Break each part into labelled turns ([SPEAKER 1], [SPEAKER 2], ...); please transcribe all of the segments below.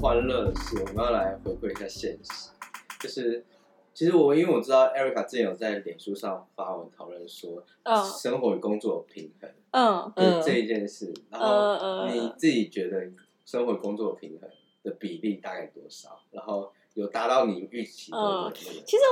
[SPEAKER 1] 欢乐的事，我们要来回馈一下现实。就是其实我因为我知道 Erica 之前有在脸书上发文讨论说，
[SPEAKER 2] 嗯
[SPEAKER 1] 生活与工作平衡、
[SPEAKER 2] 嗯
[SPEAKER 1] 对
[SPEAKER 3] 嗯
[SPEAKER 1] 这一件事，然后
[SPEAKER 2] 嗯嗯
[SPEAKER 1] 你
[SPEAKER 2] 嗯，
[SPEAKER 1] 自己觉得生活与工作平衡的比例大概多少？然后有达到你预期的
[SPEAKER 2] 嗯
[SPEAKER 1] 那个吗？
[SPEAKER 2] 其实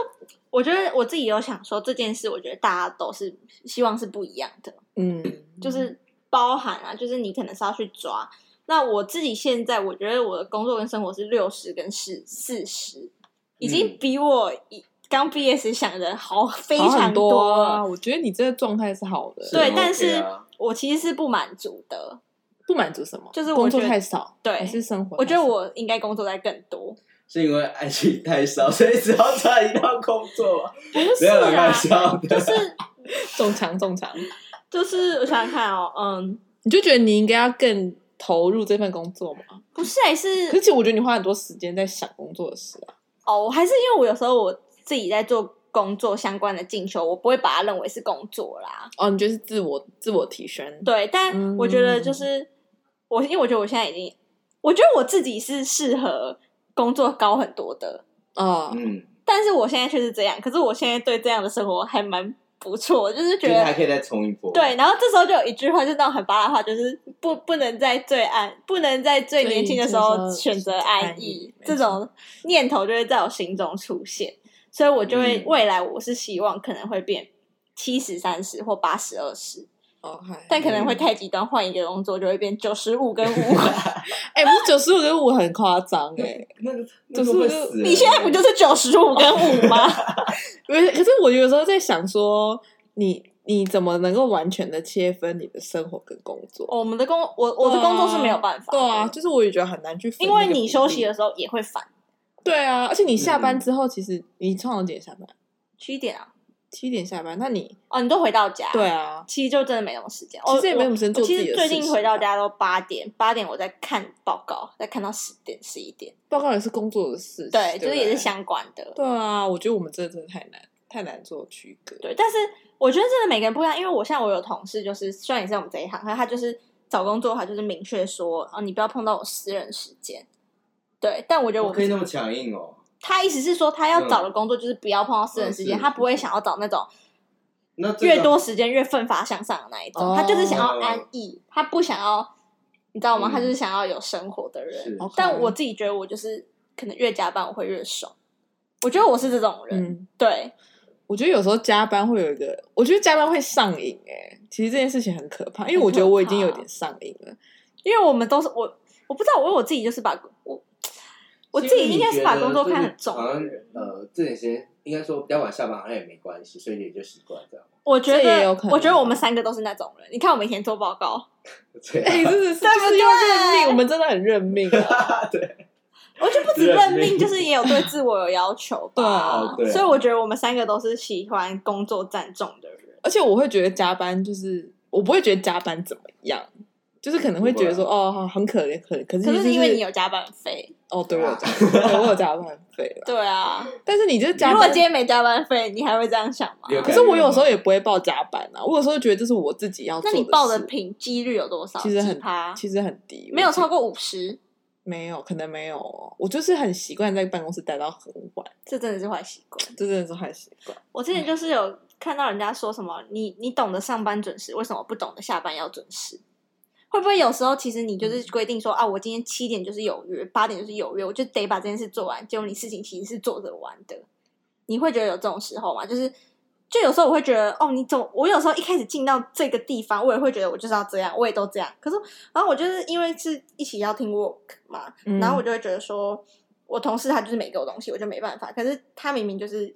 [SPEAKER 2] 我觉得我自己有想说这件事，我觉得大家都是希望是不一样的，
[SPEAKER 3] 嗯，
[SPEAKER 2] 就是包含啊，就是你可能是要去抓。那我自己现在，我觉得我的工作跟生活是六十跟四四十，已经
[SPEAKER 1] 嗯
[SPEAKER 2] 比我一刚毕业时想的好非
[SPEAKER 3] 好很
[SPEAKER 2] 常
[SPEAKER 3] 多啊。
[SPEAKER 2] 了。
[SPEAKER 3] 我觉得你这个状态是好的，
[SPEAKER 1] 是
[SPEAKER 2] 对
[SPEAKER 1] OK，
[SPEAKER 2] 但是
[SPEAKER 1] 啊
[SPEAKER 2] 我其实是不满足的，
[SPEAKER 3] 不满足什么，
[SPEAKER 2] 就是我
[SPEAKER 3] 工作
[SPEAKER 2] 觉得
[SPEAKER 3] 太少，
[SPEAKER 2] 对
[SPEAKER 3] 还是生活太少？
[SPEAKER 2] 我觉得我应该工作在更多。
[SPEAKER 1] 是因为爱情太少，所以只要转移到工作吗？
[SPEAKER 2] 不是
[SPEAKER 1] 没有啦，开玩
[SPEAKER 2] 啊，
[SPEAKER 1] 笑的。
[SPEAKER 2] 就是
[SPEAKER 3] 中枪中枪，
[SPEAKER 2] 就是，我想想看哦，嗯，
[SPEAKER 3] 你就觉得你应该要更投入这份工作嘛？
[SPEAKER 2] 不是、欸，
[SPEAKER 3] 可是
[SPEAKER 2] 是
[SPEAKER 3] 其实我觉得你花很多时间在想工作的事啊。
[SPEAKER 2] 哦，我还是因为我有时候我自己在做工作相关的进修，我不会把它认为是工作啦。
[SPEAKER 3] 哦，你就是自我自我提升，
[SPEAKER 2] 对，但我觉得就是、我，因为我觉得我现在已经，我觉得我自己是适合工作高很多的，
[SPEAKER 3] 哦，
[SPEAKER 1] 嗯，
[SPEAKER 2] 但是我现在却是这样，可是我现在对这样的生活还蛮不错，就是觉
[SPEAKER 1] 觉得还
[SPEAKER 2] 得。
[SPEAKER 1] 可以再冲一波。
[SPEAKER 2] 对，然后这时候就有一句话，就是那种很巴拉的话，就是不不能在最暗，不能在最年轻的时候选择安逸，这
[SPEAKER 3] 最年轻的时候
[SPEAKER 2] 种念头就会在我心中出现，所以我就会、
[SPEAKER 1] 嗯
[SPEAKER 2] 未来我是希望可能会变七十三十或八十二十，
[SPEAKER 3] 哦，嗨
[SPEAKER 2] 但可能会太极端，换一个工作就会变九十五跟五。
[SPEAKER 3] 哎、不是九十五跟五很夸张哎，
[SPEAKER 1] 那个
[SPEAKER 3] 就
[SPEAKER 1] 那
[SPEAKER 3] 是
[SPEAKER 1] 个会死人。
[SPEAKER 2] 你现在不就是九十五跟五吗？
[SPEAKER 3] 不是，可是我有时候在想说，你你怎么能够完全的切分你的生活跟工作？
[SPEAKER 2] 哦 我们的工，我我的工作是没有办法的
[SPEAKER 3] 对啊，就是我也觉得很难去分
[SPEAKER 2] 因
[SPEAKER 3] 那个比
[SPEAKER 2] 为
[SPEAKER 3] 例，啊
[SPEAKER 2] 你休息的时候也会烦。
[SPEAKER 3] 对啊，而且你下
[SPEAKER 2] 嗯
[SPEAKER 3] 班之后，其实你通常几点下班？
[SPEAKER 2] 七点啊，
[SPEAKER 3] 七点下班，那你
[SPEAKER 2] 哦，你都回到家，
[SPEAKER 3] 对啊，
[SPEAKER 2] 其实就真的没什么时间，
[SPEAKER 3] 其实也没什么时间做
[SPEAKER 2] 我其
[SPEAKER 3] 自己
[SPEAKER 2] 实
[SPEAKER 3] 的
[SPEAKER 2] 最
[SPEAKER 3] 事
[SPEAKER 2] 近
[SPEAKER 3] 情
[SPEAKER 2] 回到
[SPEAKER 3] 啊
[SPEAKER 2] 家都八点，八点我在看报告，在看到十点十一点，
[SPEAKER 3] 报告也是工作的事情，
[SPEAKER 2] 对，
[SPEAKER 3] 不
[SPEAKER 2] 就是也是。相关的，
[SPEAKER 3] 对啊，我觉得我们这真的太难，太难做区隔。
[SPEAKER 2] 对。但是我觉得真的每个人不一样，因为我像我有同事，就是虽然也是我们这一行，可是他就是找工作，他就是明确说，啊，你不要碰到我私人时间。对，但我觉得
[SPEAKER 1] 我
[SPEAKER 2] 我
[SPEAKER 1] 可以那么强硬哦？
[SPEAKER 2] 他意思是说，他
[SPEAKER 3] 嗯
[SPEAKER 2] 要找的工作就是不要碰到私人时间，
[SPEAKER 1] 嗯
[SPEAKER 2] 他不会想要找那种
[SPEAKER 1] 那这个
[SPEAKER 2] 越多时间越奋发向上的那一种，
[SPEAKER 3] 哦
[SPEAKER 2] 他就是想要安逸，他不想要，你知道吗？
[SPEAKER 1] 嗯
[SPEAKER 2] 他就是想要有生活的人
[SPEAKER 1] 是。
[SPEAKER 3] OK
[SPEAKER 2] 但我自己觉得，我就是可能越加班我会越爽，我觉得我是这种人，
[SPEAKER 3] 嗯，
[SPEAKER 2] 对，
[SPEAKER 3] 我觉得有时候加班会有一个，我觉得加班会上瘾哎、其实这件事情很可怕，因为我觉得我已经有点上瘾 了。
[SPEAKER 2] 因为我们都是我，我不知道，我我自己就是把我我自己应该是把工作看很重
[SPEAKER 1] 好
[SPEAKER 2] 的
[SPEAKER 1] 像
[SPEAKER 2] 人，
[SPEAKER 1] 呃，这点时间应该说比较晚下班好像也没关系，所以也就习惯这样。
[SPEAKER 2] 我觉
[SPEAKER 3] 这也
[SPEAKER 2] 得
[SPEAKER 3] 有可能啊
[SPEAKER 2] 我觉得我们三个都是那种人。你看我们以前做报告，
[SPEAKER 1] 对
[SPEAKER 3] 哎、
[SPEAKER 1] 啊，
[SPEAKER 3] 真的是，
[SPEAKER 2] 对不
[SPEAKER 3] 就是因为认
[SPEAKER 2] 对
[SPEAKER 3] 命，我们真的很认命、啊。
[SPEAKER 2] 我就 不止
[SPEAKER 1] 认
[SPEAKER 2] 认
[SPEAKER 1] 命。
[SPEAKER 2] 命，就是也有对自我有要求吧
[SPEAKER 1] 啊对啊对啊
[SPEAKER 2] 所以我觉得我们三个都是喜欢工作占重的人。
[SPEAKER 3] 而且我会觉得加班就是，我不会觉得加班怎么样，就是可能会觉得说、哦，好很可怜可怜，可是、
[SPEAKER 2] 可
[SPEAKER 3] 就是
[SPEAKER 2] 因为你有加班费，
[SPEAKER 3] 哦，对我 有加班，对我有加班费了。
[SPEAKER 2] 对啊。
[SPEAKER 3] 但是你这加
[SPEAKER 2] 如果
[SPEAKER 3] 班
[SPEAKER 2] 今，天没加班费，你还会这样想吗？
[SPEAKER 1] 有
[SPEAKER 3] 可是我有时候也不会报加班啊，我有时候觉得这是我自己要做
[SPEAKER 2] 那
[SPEAKER 3] 的事。
[SPEAKER 2] 你报的频几率有多少？
[SPEAKER 3] 其实
[SPEAKER 2] 几
[SPEAKER 3] 很
[SPEAKER 2] 趴，
[SPEAKER 3] 其实很低，
[SPEAKER 2] 没有
[SPEAKER 3] 我觉得
[SPEAKER 2] 超过五十，
[SPEAKER 3] 没有，可能没有哦。我就是很习惯在办公室待到很晚，
[SPEAKER 2] 这真的是坏习惯。
[SPEAKER 3] 这真的是坏习惯。
[SPEAKER 2] 我之前就是有看到人家说什么，你你懂得上班准时，为什么不懂得下班要准时？会不会有时候其实你就是规定说啊，我今天七点就是有约，八点就是有约，我就得把这件事做完。结果你事情其实是做着完的，你会觉得有这种时候吗？就是就有时候我会觉得哦，你怎么？我有时候一开始进到这个地方，我也会觉得我就是要这样，我也都这样。可是然后我就是因为是一起要听 work 嘛，
[SPEAKER 3] 嗯
[SPEAKER 2] 然后我就会觉得说，我同事他就是没给我东西，我就没办法。可是他明明就是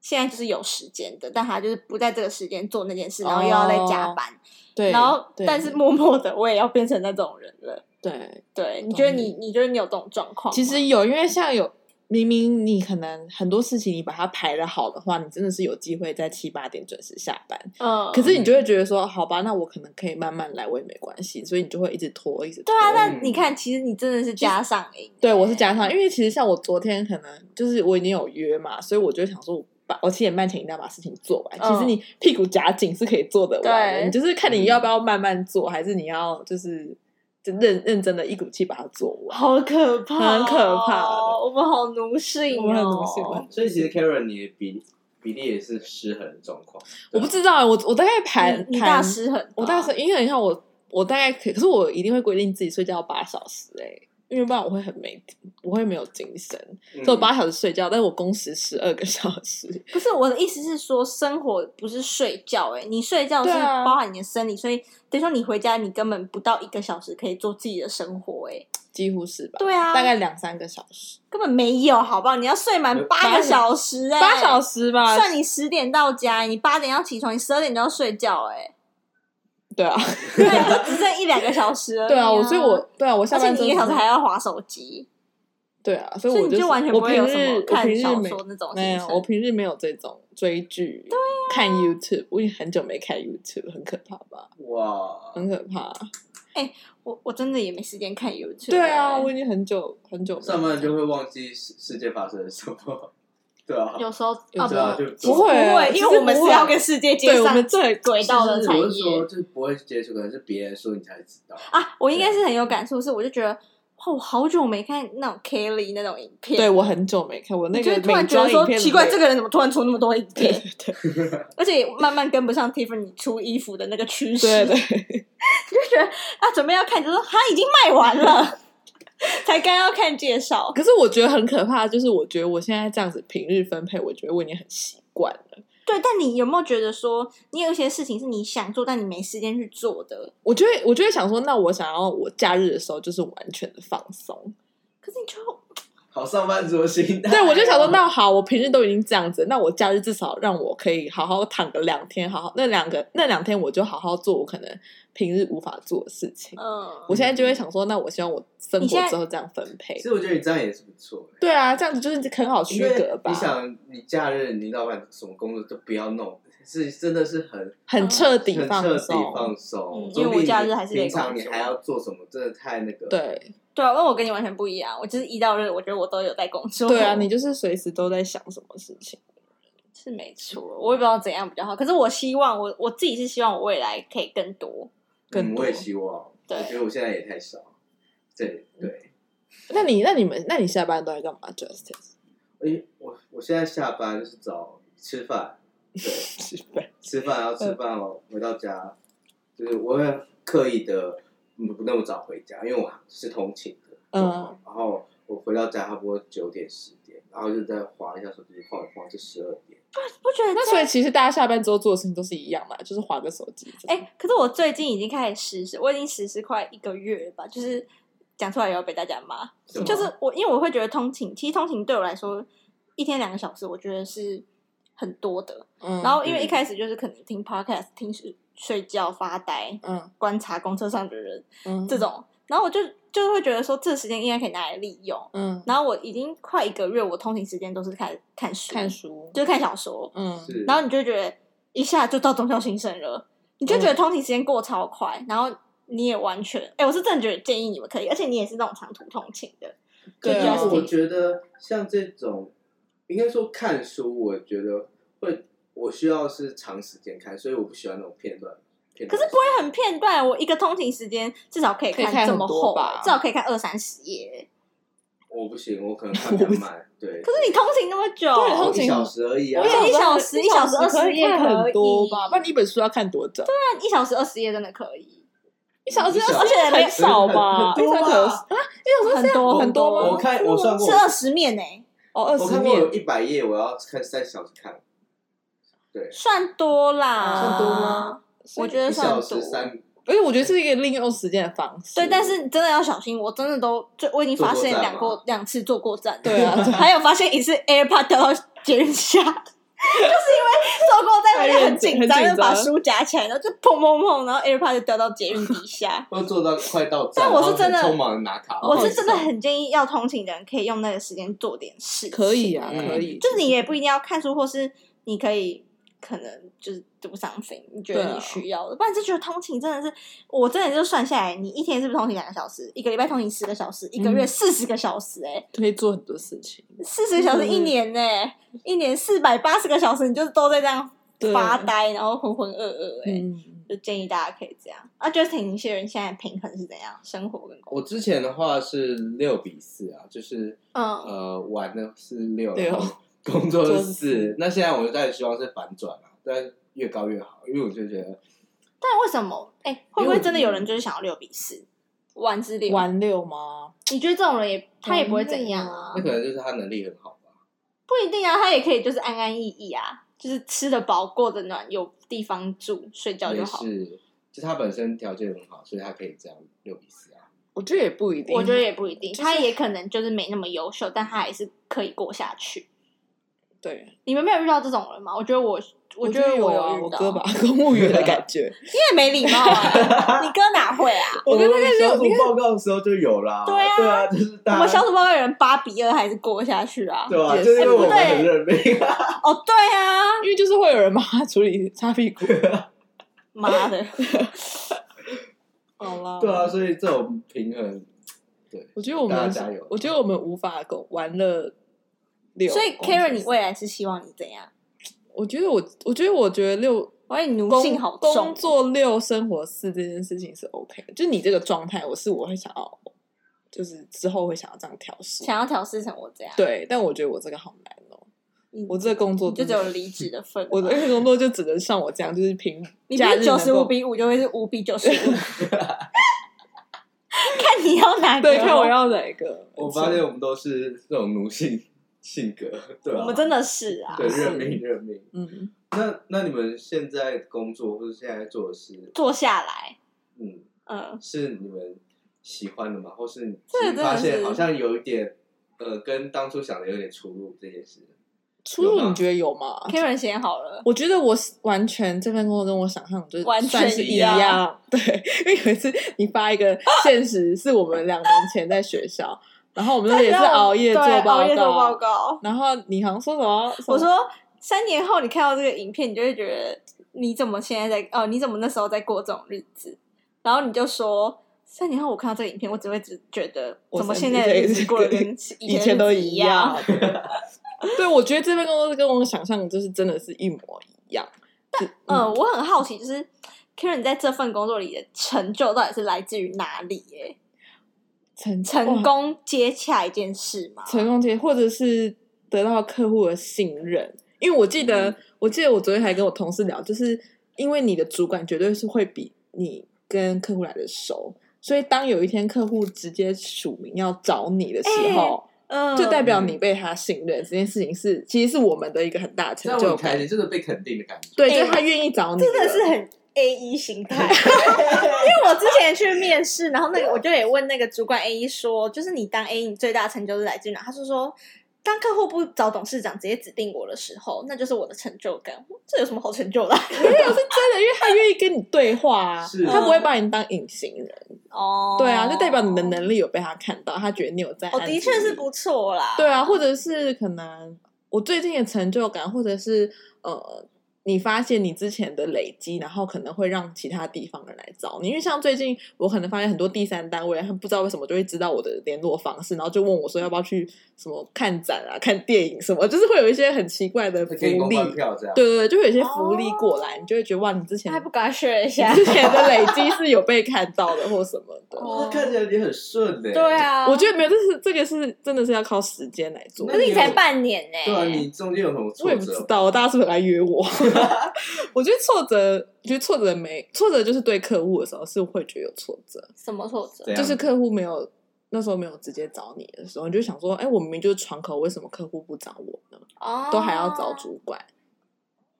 [SPEAKER 2] 现在就是有时间的，但他就是不在这个时间做那件事，然后又要再加班，
[SPEAKER 3] 哦对，
[SPEAKER 2] 然后
[SPEAKER 3] 对
[SPEAKER 2] 但是默默的我也要变成那种人了。
[SPEAKER 3] 对，
[SPEAKER 2] 对，你
[SPEAKER 3] 懂
[SPEAKER 2] 觉得
[SPEAKER 3] 你
[SPEAKER 2] 你你觉得你有这种状况吗？
[SPEAKER 3] 其实有，因为像有明明你可能很多事情你把它排的好的话，你真的是有机会在七八点准时下班。
[SPEAKER 2] 嗯，
[SPEAKER 3] 可是你就会觉得说，好吧，那我可能可以慢慢来，我也没关系，所以你就会一直拖，一直
[SPEAKER 2] 对
[SPEAKER 3] 拖。
[SPEAKER 2] 啊，那
[SPEAKER 1] 嗯
[SPEAKER 2] 你看，其实你真的是加上瘾。欸
[SPEAKER 3] 对，我是加上，因为其实像我昨天可能就是我已经有约嘛，所以我就想说我把我七点半前一定要把事情做完。其实
[SPEAKER 2] 嗯
[SPEAKER 3] 你屁股夹紧是可以做得完的，
[SPEAKER 2] 对
[SPEAKER 3] 你就是看你要不要慢慢做，还是你要就是就认认真的一股气把它做完。
[SPEAKER 2] 好可怕哦，
[SPEAKER 3] 很可怕的
[SPEAKER 2] 我们好奴性
[SPEAKER 3] 我们很奴性
[SPEAKER 2] 哦。
[SPEAKER 1] 所以其实 Karen 你的比比例也是失衡的状况。
[SPEAKER 3] 我不知道，啊我我大概排
[SPEAKER 2] 你你
[SPEAKER 3] 排
[SPEAKER 2] 大失衡吧，
[SPEAKER 3] 我大概因为你看我，我大概可以，可是我一定会规定自己睡觉八小时哎、因为不然我会很没，我会没有精神。
[SPEAKER 1] 嗯
[SPEAKER 3] 所以我八小时睡觉，但是我工时十二个小时。
[SPEAKER 2] 不是我的意思是说，生活不是睡觉、欸，哎，你睡觉是
[SPEAKER 3] 对啊
[SPEAKER 2] 包含你的生理，所以等于说你回家你根本不到一个小时可以做自己的生活、欸，哎，
[SPEAKER 3] 几乎是吧？
[SPEAKER 2] 对啊
[SPEAKER 3] 大概两三个小时，
[SPEAKER 2] 根本没有，好不好？你要睡满八
[SPEAKER 3] 八
[SPEAKER 2] 个小时、欸，哎，
[SPEAKER 3] 八小时啊吧。
[SPEAKER 2] 算你十点到家，你八点要起床，你十二点就要睡觉、欸， 哎，
[SPEAKER 3] 对啊，
[SPEAKER 2] 对，就只剩一两个小时而已、
[SPEAKER 3] 对啊，我所以我对啊，我下
[SPEAKER 2] 而且
[SPEAKER 3] 班
[SPEAKER 2] 你
[SPEAKER 3] 之
[SPEAKER 2] 一个
[SPEAKER 3] 后
[SPEAKER 2] 小时还要划手机，
[SPEAKER 3] 对啊，所以
[SPEAKER 2] 所以
[SPEAKER 3] 我
[SPEAKER 2] 你
[SPEAKER 3] 是
[SPEAKER 2] 完全不
[SPEAKER 3] 我
[SPEAKER 2] 会
[SPEAKER 3] 平
[SPEAKER 2] 有什么
[SPEAKER 3] 日我
[SPEAKER 2] 看
[SPEAKER 3] 平
[SPEAKER 2] 小
[SPEAKER 3] 日没
[SPEAKER 2] 说那种
[SPEAKER 3] 没
[SPEAKER 2] 行
[SPEAKER 3] 有，我
[SPEAKER 2] 程。
[SPEAKER 3] 平日没有这种追剧，看
[SPEAKER 2] 啊
[SPEAKER 3] YouTube，我已经很久没看 YouTube，很可怕吧？
[SPEAKER 1] 哇，
[SPEAKER 3] 很可怕。
[SPEAKER 2] 我我真的也没时间看 YouTube，
[SPEAKER 3] 对啊，
[SPEAKER 2] 欸
[SPEAKER 3] 我已经很久很久没
[SPEAKER 1] 上班就会忘记世世界发生了什么，对 啊，
[SPEAKER 2] 有时候
[SPEAKER 3] 有
[SPEAKER 2] 啊
[SPEAKER 3] 时
[SPEAKER 1] 对
[SPEAKER 3] 候
[SPEAKER 1] 啊，
[SPEAKER 2] 不
[SPEAKER 1] 就
[SPEAKER 2] 其实
[SPEAKER 3] 不会啊
[SPEAKER 2] 因为我们是
[SPEAKER 3] 其实不会
[SPEAKER 2] 要跟世界接
[SPEAKER 3] 对我
[SPEAKER 2] 上
[SPEAKER 3] 们这
[SPEAKER 2] 轨道的产
[SPEAKER 1] 就是我是
[SPEAKER 2] 业
[SPEAKER 1] 说，就不会接触，可能是别人说你才知道。
[SPEAKER 2] 啊。我应该是很有感触，是我就觉得哇，我好久没看那种 Kelly 那种影片，
[SPEAKER 3] 对我很久没看，我那
[SPEAKER 2] 你就
[SPEAKER 3] 个
[SPEAKER 2] 会突然
[SPEAKER 3] 美
[SPEAKER 2] 觉得
[SPEAKER 3] 妆
[SPEAKER 2] 说
[SPEAKER 3] 影片
[SPEAKER 2] 奇怪，
[SPEAKER 3] 里
[SPEAKER 2] 这个人怎么突然出那么多影
[SPEAKER 3] 对
[SPEAKER 2] 片，
[SPEAKER 3] 对对
[SPEAKER 2] 而且慢慢跟不上 Tiffany 出衣服的那个趋势，
[SPEAKER 3] 对
[SPEAKER 2] 就
[SPEAKER 3] 对，
[SPEAKER 2] 觉得啊，准备要看，就说他已经卖完了， 才刚要看介绍。
[SPEAKER 3] 可是我觉得很可怕，就是我觉得我现在这样子平日分配，我觉得我已经很习惯了。
[SPEAKER 2] 对，但你有没有觉得说，你有一些事情是你想做，但你没时间去做的？
[SPEAKER 3] 我就会，我就会想说，那我想要我假日的时候就是完全的放松。
[SPEAKER 2] 可是你就
[SPEAKER 1] 好上班族的心态，
[SPEAKER 3] 对，我就想说，那好，我平日都已经这样子，那我假日至少让我可以好好躺个两天，好好那两个那两天我就好好做我可能平日无法做的事情。
[SPEAKER 2] 嗯，
[SPEAKER 3] 我现在就会想说，那我希望我生
[SPEAKER 2] 你现在
[SPEAKER 3] 活之后这样分配
[SPEAKER 1] 其。实我觉得你这样也是不错，
[SPEAKER 3] 对啊，这样子就是很好区
[SPEAKER 1] 因为
[SPEAKER 3] 隔吧
[SPEAKER 1] 你，想，你假日你老板什么工作都不要弄，是真的是很
[SPEAKER 3] 很彻底
[SPEAKER 1] 很
[SPEAKER 3] 放
[SPEAKER 1] 彻底
[SPEAKER 3] 松。
[SPEAKER 1] 放松
[SPEAKER 2] 嗯。
[SPEAKER 1] 总比
[SPEAKER 2] 因为我假日还是
[SPEAKER 1] 你
[SPEAKER 2] 得
[SPEAKER 1] 平
[SPEAKER 2] 工作
[SPEAKER 1] 常你还要做什么，真的太那个。，
[SPEAKER 3] 对
[SPEAKER 2] 对啊，因为我跟你完全不一样，我就是一到日，我觉得我都有在工作。
[SPEAKER 3] 对啊，你就是随时都在想什么事情。
[SPEAKER 2] 是没错，我也不知道怎样比较好。可是我希望我我自己是希望我未来可以更多。
[SPEAKER 3] 更
[SPEAKER 1] 嗯，
[SPEAKER 3] 多
[SPEAKER 1] 我也希望。
[SPEAKER 2] 对
[SPEAKER 1] 我觉得我现在也太少。对对，
[SPEAKER 3] 那你那你们那你下班都在干嘛？Justice
[SPEAKER 2] 嗯
[SPEAKER 1] 诶，哎我我现在下班就是找吃饭，对。
[SPEAKER 3] 吃饭
[SPEAKER 1] 吃饭，然后吃饭哦，
[SPEAKER 2] 嗯
[SPEAKER 1] 回到家，就是我会刻意的不那么早回家，因为我是通勤的，
[SPEAKER 3] 嗯，
[SPEAKER 1] 然后我回到家差不多九点十点，然后就再划一下手机晃一晃，就十二点。
[SPEAKER 2] 不觉得
[SPEAKER 3] 那
[SPEAKER 2] 这
[SPEAKER 3] 所
[SPEAKER 2] 样？
[SPEAKER 3] 以其实大家下班之后做的事情都是一样嘛，就是划个手机。
[SPEAKER 2] 哎、可是我最近已经开始实施，我已经实施快一个月了吧，就是讲出来也要被大家骂。
[SPEAKER 1] 什么
[SPEAKER 2] 就是我，因为我会觉得通勤，其实通勤对我来说，一天两个小时，我觉得是很多的。
[SPEAKER 3] 嗯，
[SPEAKER 2] 然后因
[SPEAKER 1] 嗯
[SPEAKER 2] 为一开始就是可能听 podcast、听睡睡觉、发呆、
[SPEAKER 3] 嗯
[SPEAKER 2] 观察公车上的人
[SPEAKER 3] 嗯
[SPEAKER 2] 这种，然后我就就会觉得说，这时间应该可以拿来利用。
[SPEAKER 3] 嗯
[SPEAKER 2] 然后我已经快一个月，我通勤时间都是看看书，
[SPEAKER 3] 看书，
[SPEAKER 2] 就是看小说，
[SPEAKER 3] 嗯
[SPEAKER 1] 是，
[SPEAKER 2] 然后你就觉得一下就到中校新生了，你就觉
[SPEAKER 3] 嗯
[SPEAKER 2] 得通勤时间过超快，然后你也完全，哎、我是真的觉得建议你们可以，而且你也是那种长途通勤的，
[SPEAKER 1] 可
[SPEAKER 3] 对
[SPEAKER 1] 是
[SPEAKER 3] 啊
[SPEAKER 1] 我觉得像这种，应该说看书，我觉得会我需要是长时间看，所以我不喜欢那种片段。片
[SPEAKER 2] 可
[SPEAKER 1] 段
[SPEAKER 2] 是不会很片段，我一个通勤时间至少可以
[SPEAKER 3] 可以看
[SPEAKER 2] 这
[SPEAKER 3] 很
[SPEAKER 2] 么
[SPEAKER 3] 多
[SPEAKER 2] 厚
[SPEAKER 3] 吧，
[SPEAKER 2] 至少可以看二三十页。
[SPEAKER 1] 我不行，我可能看比较慢。对，
[SPEAKER 2] 可是你通勤那么久，
[SPEAKER 3] 对
[SPEAKER 1] 我
[SPEAKER 3] 通勤
[SPEAKER 1] 一小时而已啊
[SPEAKER 2] 我。也
[SPEAKER 3] 想
[SPEAKER 2] 一
[SPEAKER 3] 说
[SPEAKER 2] 小时
[SPEAKER 3] 一小
[SPEAKER 2] 一小时20
[SPEAKER 3] 可以看
[SPEAKER 2] 页可以
[SPEAKER 3] 很多吧，不然你一本书要看多久？对，
[SPEAKER 2] 那一小时二十页真的可以，
[SPEAKER 3] 一小时
[SPEAKER 1] 一小时
[SPEAKER 3] 而且很少吧，
[SPEAKER 1] 很
[SPEAKER 3] 一
[SPEAKER 1] 多吧
[SPEAKER 3] 小时啊，一小时
[SPEAKER 2] 很多
[SPEAKER 3] 很多吗
[SPEAKER 1] 我看我算过
[SPEAKER 2] 是，二十面呢、
[SPEAKER 3] 哦二
[SPEAKER 1] 我
[SPEAKER 3] 十
[SPEAKER 1] 看过有
[SPEAKER 3] 面
[SPEAKER 1] 一百页，我要看三小时看。对，
[SPEAKER 2] 算多啦，
[SPEAKER 1] 算多吗？
[SPEAKER 2] 我觉得
[SPEAKER 1] 一
[SPEAKER 2] 算
[SPEAKER 1] 小
[SPEAKER 2] 多。
[SPEAKER 1] 时三，
[SPEAKER 3] 而且我觉得是一个利用时间的方式。
[SPEAKER 2] 对，但是真的要小心，我真的都就我已经发现
[SPEAKER 1] 坐过站
[SPEAKER 2] 两过
[SPEAKER 1] 吗。
[SPEAKER 2] 两次坐过站了，
[SPEAKER 3] 对啊
[SPEAKER 2] 还有发现一次 AirPod 掉到捷运下， 就是因为坐过站就很紧
[SPEAKER 3] 太
[SPEAKER 2] 张，
[SPEAKER 3] 认真
[SPEAKER 2] 就把书夹起来，然后就砰砰砰，然后 AirPod 就掉到捷运底下
[SPEAKER 1] 会做到快到站，
[SPEAKER 2] 但我是
[SPEAKER 1] 然后很
[SPEAKER 2] 真的
[SPEAKER 1] 匆忙地拿卡，
[SPEAKER 2] 我是真的很建议要通勤的人可以用那个时间做点事，
[SPEAKER 3] 可以啊，
[SPEAKER 1] 嗯
[SPEAKER 3] 可以，
[SPEAKER 2] 就是你也不一定要看书，或是你可以可能就是 do something，你觉
[SPEAKER 3] 对
[SPEAKER 2] 得
[SPEAKER 3] 啊
[SPEAKER 2] 你需要的，不然就觉得通勤真的是，我真的就算下来，你一天是不是通勤两个小时，一个礼拜通勤十个小时，一个月
[SPEAKER 3] 嗯
[SPEAKER 2] 四十个小时、欸，
[SPEAKER 3] 可以做很多事情。嗯
[SPEAKER 2] 四十小时一年呢、一年四百八十个小时，你就都在这样
[SPEAKER 3] 对
[SPEAKER 2] 发呆，然后浑浑噩噩、欸，
[SPEAKER 3] 嗯，
[SPEAKER 2] 就建议大家可以这样。啊，Justin，你些人现在平衡是怎样？生活跟工
[SPEAKER 1] 我之前的话是六比四啊，就是
[SPEAKER 2] 嗯，
[SPEAKER 1] 呃玩的是六，
[SPEAKER 3] 六
[SPEAKER 1] 然后工作
[SPEAKER 3] 工
[SPEAKER 1] 是
[SPEAKER 3] 作
[SPEAKER 1] 四。那现在我就在希望是反转啊，但越高越好，因为我就觉得
[SPEAKER 2] 但为什么？哎、会不会真的有人就是想要六比四，玩之六？
[SPEAKER 3] 玩六吗？
[SPEAKER 2] 你觉得这种人也他也不会怎样啊
[SPEAKER 1] 那？可能就是他能力很好吧。
[SPEAKER 2] 不一定啊，他也可以就是安安逸逸啊，就是吃得饱、过得暖，有地方住、睡觉就
[SPEAKER 1] 也
[SPEAKER 2] 好。
[SPEAKER 1] 是，就他本身条件很好，所以他可以这样六比四啊。
[SPEAKER 3] 我觉得也不一定，
[SPEAKER 2] 我觉得也不一定，
[SPEAKER 3] 就是
[SPEAKER 2] 他也可能就是没那么优秀，但他还是可以过下去。
[SPEAKER 3] 对，
[SPEAKER 2] 你们没有遇到这种人吗？我觉得我，我觉得
[SPEAKER 3] 我
[SPEAKER 2] 有
[SPEAKER 3] 啊
[SPEAKER 2] 遇
[SPEAKER 3] 我
[SPEAKER 2] 到，
[SPEAKER 3] 哥吧， 公务员的感觉，
[SPEAKER 2] 你也没礼貌啊！你哥哪会啊？
[SPEAKER 3] 我跟他
[SPEAKER 1] 们小
[SPEAKER 3] 就
[SPEAKER 1] 组报告的时候就有啦，
[SPEAKER 2] 对啊
[SPEAKER 1] 对啊，就是
[SPEAKER 2] 我
[SPEAKER 1] 大
[SPEAKER 2] 们
[SPEAKER 1] 家
[SPEAKER 2] 小组报告有人八比二还是过下去啊？
[SPEAKER 1] 对啊，
[SPEAKER 3] 也
[SPEAKER 1] 就是是因为我们
[SPEAKER 2] 哎不
[SPEAKER 1] 很
[SPEAKER 2] 对
[SPEAKER 1] 认命啊。
[SPEAKER 2] 哦，对啊，
[SPEAKER 3] 因为就是会有人帮他处理擦屁股，
[SPEAKER 2] 妈的，
[SPEAKER 3] 好啦，
[SPEAKER 1] 对啊，，所以这种平衡，对，
[SPEAKER 3] 我觉得我们
[SPEAKER 1] 大家加油
[SPEAKER 3] 我觉得我们无法够玩乐六，
[SPEAKER 2] 所以 Karen，你未来是希望你怎样？
[SPEAKER 3] 我觉得我我觉得我觉得六
[SPEAKER 2] 我你奴性
[SPEAKER 3] 工
[SPEAKER 2] 好重
[SPEAKER 3] 工，作六生活四这件事情是 OK 的，就你这个状态，我是我会想要，就是之后会想要这样调试。
[SPEAKER 2] 想要调试成我这样，
[SPEAKER 3] 对，但我觉得我这个好难哦、
[SPEAKER 2] 嗯
[SPEAKER 3] 我这个工作
[SPEAKER 2] 你就
[SPEAKER 3] 真
[SPEAKER 2] 只
[SPEAKER 3] 的
[SPEAKER 2] 有离职的份吧。
[SPEAKER 3] 我的 这个工作就只能像我这样，就是平
[SPEAKER 2] 你不
[SPEAKER 3] 假
[SPEAKER 2] 是
[SPEAKER 3] 日
[SPEAKER 2] 九十
[SPEAKER 3] 能
[SPEAKER 2] 五
[SPEAKER 3] 够
[SPEAKER 2] 比五就会是五比九十 五，看你要哪个。
[SPEAKER 3] 对，看我。要哪一个。
[SPEAKER 1] 我发现我们都是这种奴性性格，对吧、
[SPEAKER 2] 我们真的是啊，
[SPEAKER 1] 对
[SPEAKER 3] 是
[SPEAKER 1] 认命认命。
[SPEAKER 3] 嗯，
[SPEAKER 1] 那那你们现在工作或者现在做的事，
[SPEAKER 2] 坐下来，
[SPEAKER 1] 嗯，
[SPEAKER 2] 嗯，
[SPEAKER 1] 是你们喜欢的吗？或是你
[SPEAKER 2] 这个真的
[SPEAKER 1] 发现
[SPEAKER 2] 是
[SPEAKER 1] 好像有一点，呃，跟当初想的有点出入这件事？
[SPEAKER 3] 出
[SPEAKER 1] 有
[SPEAKER 3] 路
[SPEAKER 1] 吗
[SPEAKER 3] 你觉得有吗？
[SPEAKER 2] Karen 先好了，
[SPEAKER 3] 我觉得我是完全这份工作跟我想象就是
[SPEAKER 2] 完全
[SPEAKER 3] 算是
[SPEAKER 2] 一
[SPEAKER 3] 一
[SPEAKER 2] 样
[SPEAKER 3] 样，对，因为有一次你发 一个现实是我们两年前在学校，然后我们那也是
[SPEAKER 2] 但我
[SPEAKER 3] 熬夜做
[SPEAKER 2] 对
[SPEAKER 3] 报
[SPEAKER 2] 熬夜做报
[SPEAKER 3] 告，
[SPEAKER 2] 告。
[SPEAKER 3] 然后你好像说什么？什么
[SPEAKER 2] 我说三年后你看到这个影片，你就会觉得你怎么现在在哦，你怎么那时候在过这种日子？然后你就说三年后我看到这个影片，我只会只觉得
[SPEAKER 3] 我
[SPEAKER 2] 怎么
[SPEAKER 3] 三
[SPEAKER 2] 现
[SPEAKER 3] 年
[SPEAKER 2] 在的
[SPEAKER 3] 前
[SPEAKER 2] 日子
[SPEAKER 3] 是
[SPEAKER 2] 过得
[SPEAKER 3] 跟
[SPEAKER 2] 跟
[SPEAKER 3] 以
[SPEAKER 2] 前
[SPEAKER 3] 前都
[SPEAKER 2] 日子
[SPEAKER 3] 一
[SPEAKER 2] 一
[SPEAKER 3] 样。。对，我觉得这份工作是跟我想象就是真的是一模一样。就
[SPEAKER 2] 嗯，，我很好奇，就是 Karen 你在这份工作里的成就到底是来自于哪里、耶？
[SPEAKER 3] 成
[SPEAKER 2] 成
[SPEAKER 3] 哇
[SPEAKER 2] 功接洽一件事吗？
[SPEAKER 3] 成功接，或者是得到客户的信任。因为我记得，
[SPEAKER 1] 嗯
[SPEAKER 3] 我记得我昨天还跟我同事聊，就是因为你的主管绝对是会比你跟客户来的熟，所以当有一天客户直接署名要找你的时候，
[SPEAKER 2] 嗯，
[SPEAKER 3] 就代表你被他信任。这件事情是其实是我们的一个很大的
[SPEAKER 1] 这
[SPEAKER 3] 成
[SPEAKER 1] 样我
[SPEAKER 3] 就
[SPEAKER 1] 很开
[SPEAKER 3] 感
[SPEAKER 1] 心，。这个被肯定的感觉。
[SPEAKER 3] 对，
[SPEAKER 2] 哎
[SPEAKER 3] 就是他愿意找你了，
[SPEAKER 2] 真的是很 A 一形 态。因为我之前去面试，然后那个我就也问那个主管 A 一说，就是你当 A 一你最大的成就是来自于哪？他是说。当客户不找董事长直接指定我的时候，那就是我的成就感。这有什么好成就的？
[SPEAKER 3] 没有是真的，因为他愿意跟你对话 啊
[SPEAKER 1] 是，
[SPEAKER 3] 他不
[SPEAKER 2] 嗯
[SPEAKER 3] 会把你当隐形人。
[SPEAKER 2] 哦
[SPEAKER 3] 对啊，就代表你的能力有被他看到，他觉得你有在
[SPEAKER 2] 哦，
[SPEAKER 3] 暗
[SPEAKER 2] 的
[SPEAKER 3] 地
[SPEAKER 2] 确是
[SPEAKER 3] 里
[SPEAKER 2] 不错啦。
[SPEAKER 3] 对啊，或者是可能我最近的成就感，或者是呃，你发现你之前的累积，然后可能会让其他地方人来找你。因为像最近我可能发现很多第三单位，他们不知道为什么就会知道我的联络方式，然后就问我说要不要去什么看展啊、看电影什么，就是会有一些很奇怪的福
[SPEAKER 1] 可以公
[SPEAKER 3] 利。
[SPEAKER 1] 关票这样，
[SPEAKER 3] 对对对，就会有一些福利过来，你就会觉得哇，你之前
[SPEAKER 2] 还不赶快学一下？
[SPEAKER 3] 之前的累积是有被看到的或什么 的。
[SPEAKER 2] 哦
[SPEAKER 1] 哇，哦看起来你很顺欸的、
[SPEAKER 2] 对。啊，
[SPEAKER 3] 我觉得没有，这是这个是真的是要靠时间来做。
[SPEAKER 2] 可是你才半年呢、
[SPEAKER 1] 对啊，你中间有什么挫
[SPEAKER 3] 我也不知
[SPEAKER 1] 折？
[SPEAKER 3] 道，大家是不是来 约我？ 我觉得挫折，我觉得挫折没挫折，就是对客户的时候是会觉得有挫折，
[SPEAKER 2] 什么挫折
[SPEAKER 1] 怎？样
[SPEAKER 3] 就是客户没有那时候没有直接找你的时候，你就想说，哎，我明明就是窗口，为什么客户不找我呢？
[SPEAKER 2] 哦
[SPEAKER 3] 都还要找。主管，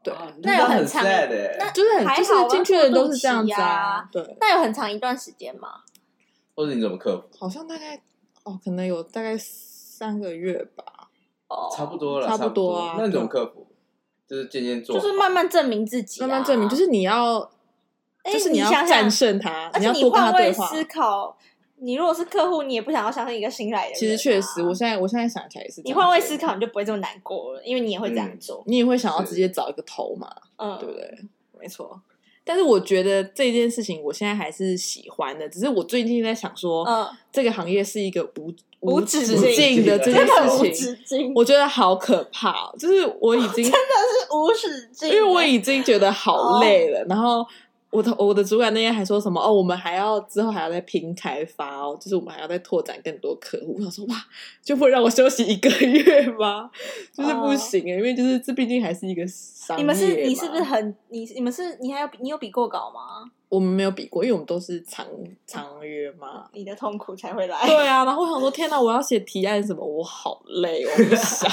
[SPEAKER 3] 对，
[SPEAKER 1] 啊
[SPEAKER 2] 那有很
[SPEAKER 1] 很
[SPEAKER 2] 长
[SPEAKER 1] sad 欸
[SPEAKER 2] 那
[SPEAKER 3] 就是很
[SPEAKER 2] 还好啊
[SPEAKER 3] 就是进去的人都是这样子
[SPEAKER 2] 过
[SPEAKER 3] 啊，对，
[SPEAKER 2] 那有很长一段时间吗？
[SPEAKER 1] 或者你怎么克服？
[SPEAKER 3] 好像大概哦，可能有大概三个月吧，
[SPEAKER 2] 哦，
[SPEAKER 1] 差不多了，
[SPEAKER 3] 差
[SPEAKER 1] 差
[SPEAKER 3] 不多啊
[SPEAKER 1] 那你怎么克服？就是渐渐做
[SPEAKER 2] 就
[SPEAKER 1] 好，
[SPEAKER 2] 是慢慢证明自己啊、
[SPEAKER 3] 慢慢证明，就是你要。
[SPEAKER 2] 哎
[SPEAKER 3] 就是
[SPEAKER 2] 你
[SPEAKER 3] 要
[SPEAKER 2] 想想
[SPEAKER 3] 战胜他，
[SPEAKER 2] 而且
[SPEAKER 3] 要
[SPEAKER 2] 你
[SPEAKER 3] 多跟他
[SPEAKER 2] 换
[SPEAKER 3] 对
[SPEAKER 2] 位
[SPEAKER 3] 话。
[SPEAKER 2] 思考，你如果是客户，你也不想要相信一个新来的人啊、
[SPEAKER 3] 其实确实，我现在我现在想起来也是。
[SPEAKER 2] 你换位思，考，你就不会这么难过了，因为你也会这样做。
[SPEAKER 3] 你也会想要直接找一个头嘛，
[SPEAKER 2] 嗯，
[SPEAKER 3] 对不对？没错，但是我觉得这件事情我现在还是喜欢的，只是我最近在想说，
[SPEAKER 2] 嗯，
[SPEAKER 3] 这个行业是一个无
[SPEAKER 2] 无
[SPEAKER 3] 止
[SPEAKER 2] 止
[SPEAKER 3] 境
[SPEAKER 1] 境
[SPEAKER 3] 的
[SPEAKER 1] 的
[SPEAKER 3] 这
[SPEAKER 2] 真
[SPEAKER 3] 件
[SPEAKER 2] 的无
[SPEAKER 3] 事情，
[SPEAKER 2] 止境，
[SPEAKER 3] 我觉得好可怕哦。就是我已经，
[SPEAKER 2] 真的是无止境
[SPEAKER 3] 因
[SPEAKER 2] 的，
[SPEAKER 3] 为我已经觉得好累
[SPEAKER 2] 哦
[SPEAKER 3] 了，然后。我的我的主管那天还说什么哦，我们还要之后还要再拼开发哦，就是我们还要再拓展更多客户。我想说哇，就不让我休息一个月吗？ 就是不
[SPEAKER 2] 哦
[SPEAKER 3] 行哎、因为就是这毕竟还是一个商业嘛。
[SPEAKER 2] 你们是你是不是很你你们是你还有你有比过稿吗？
[SPEAKER 3] 我们没有比过，因为我们都是长长约 嘛。
[SPEAKER 2] 你的痛苦才会来。
[SPEAKER 3] 对啊，然后我想说，天哪，我要写提案什么，我好累，我 不想。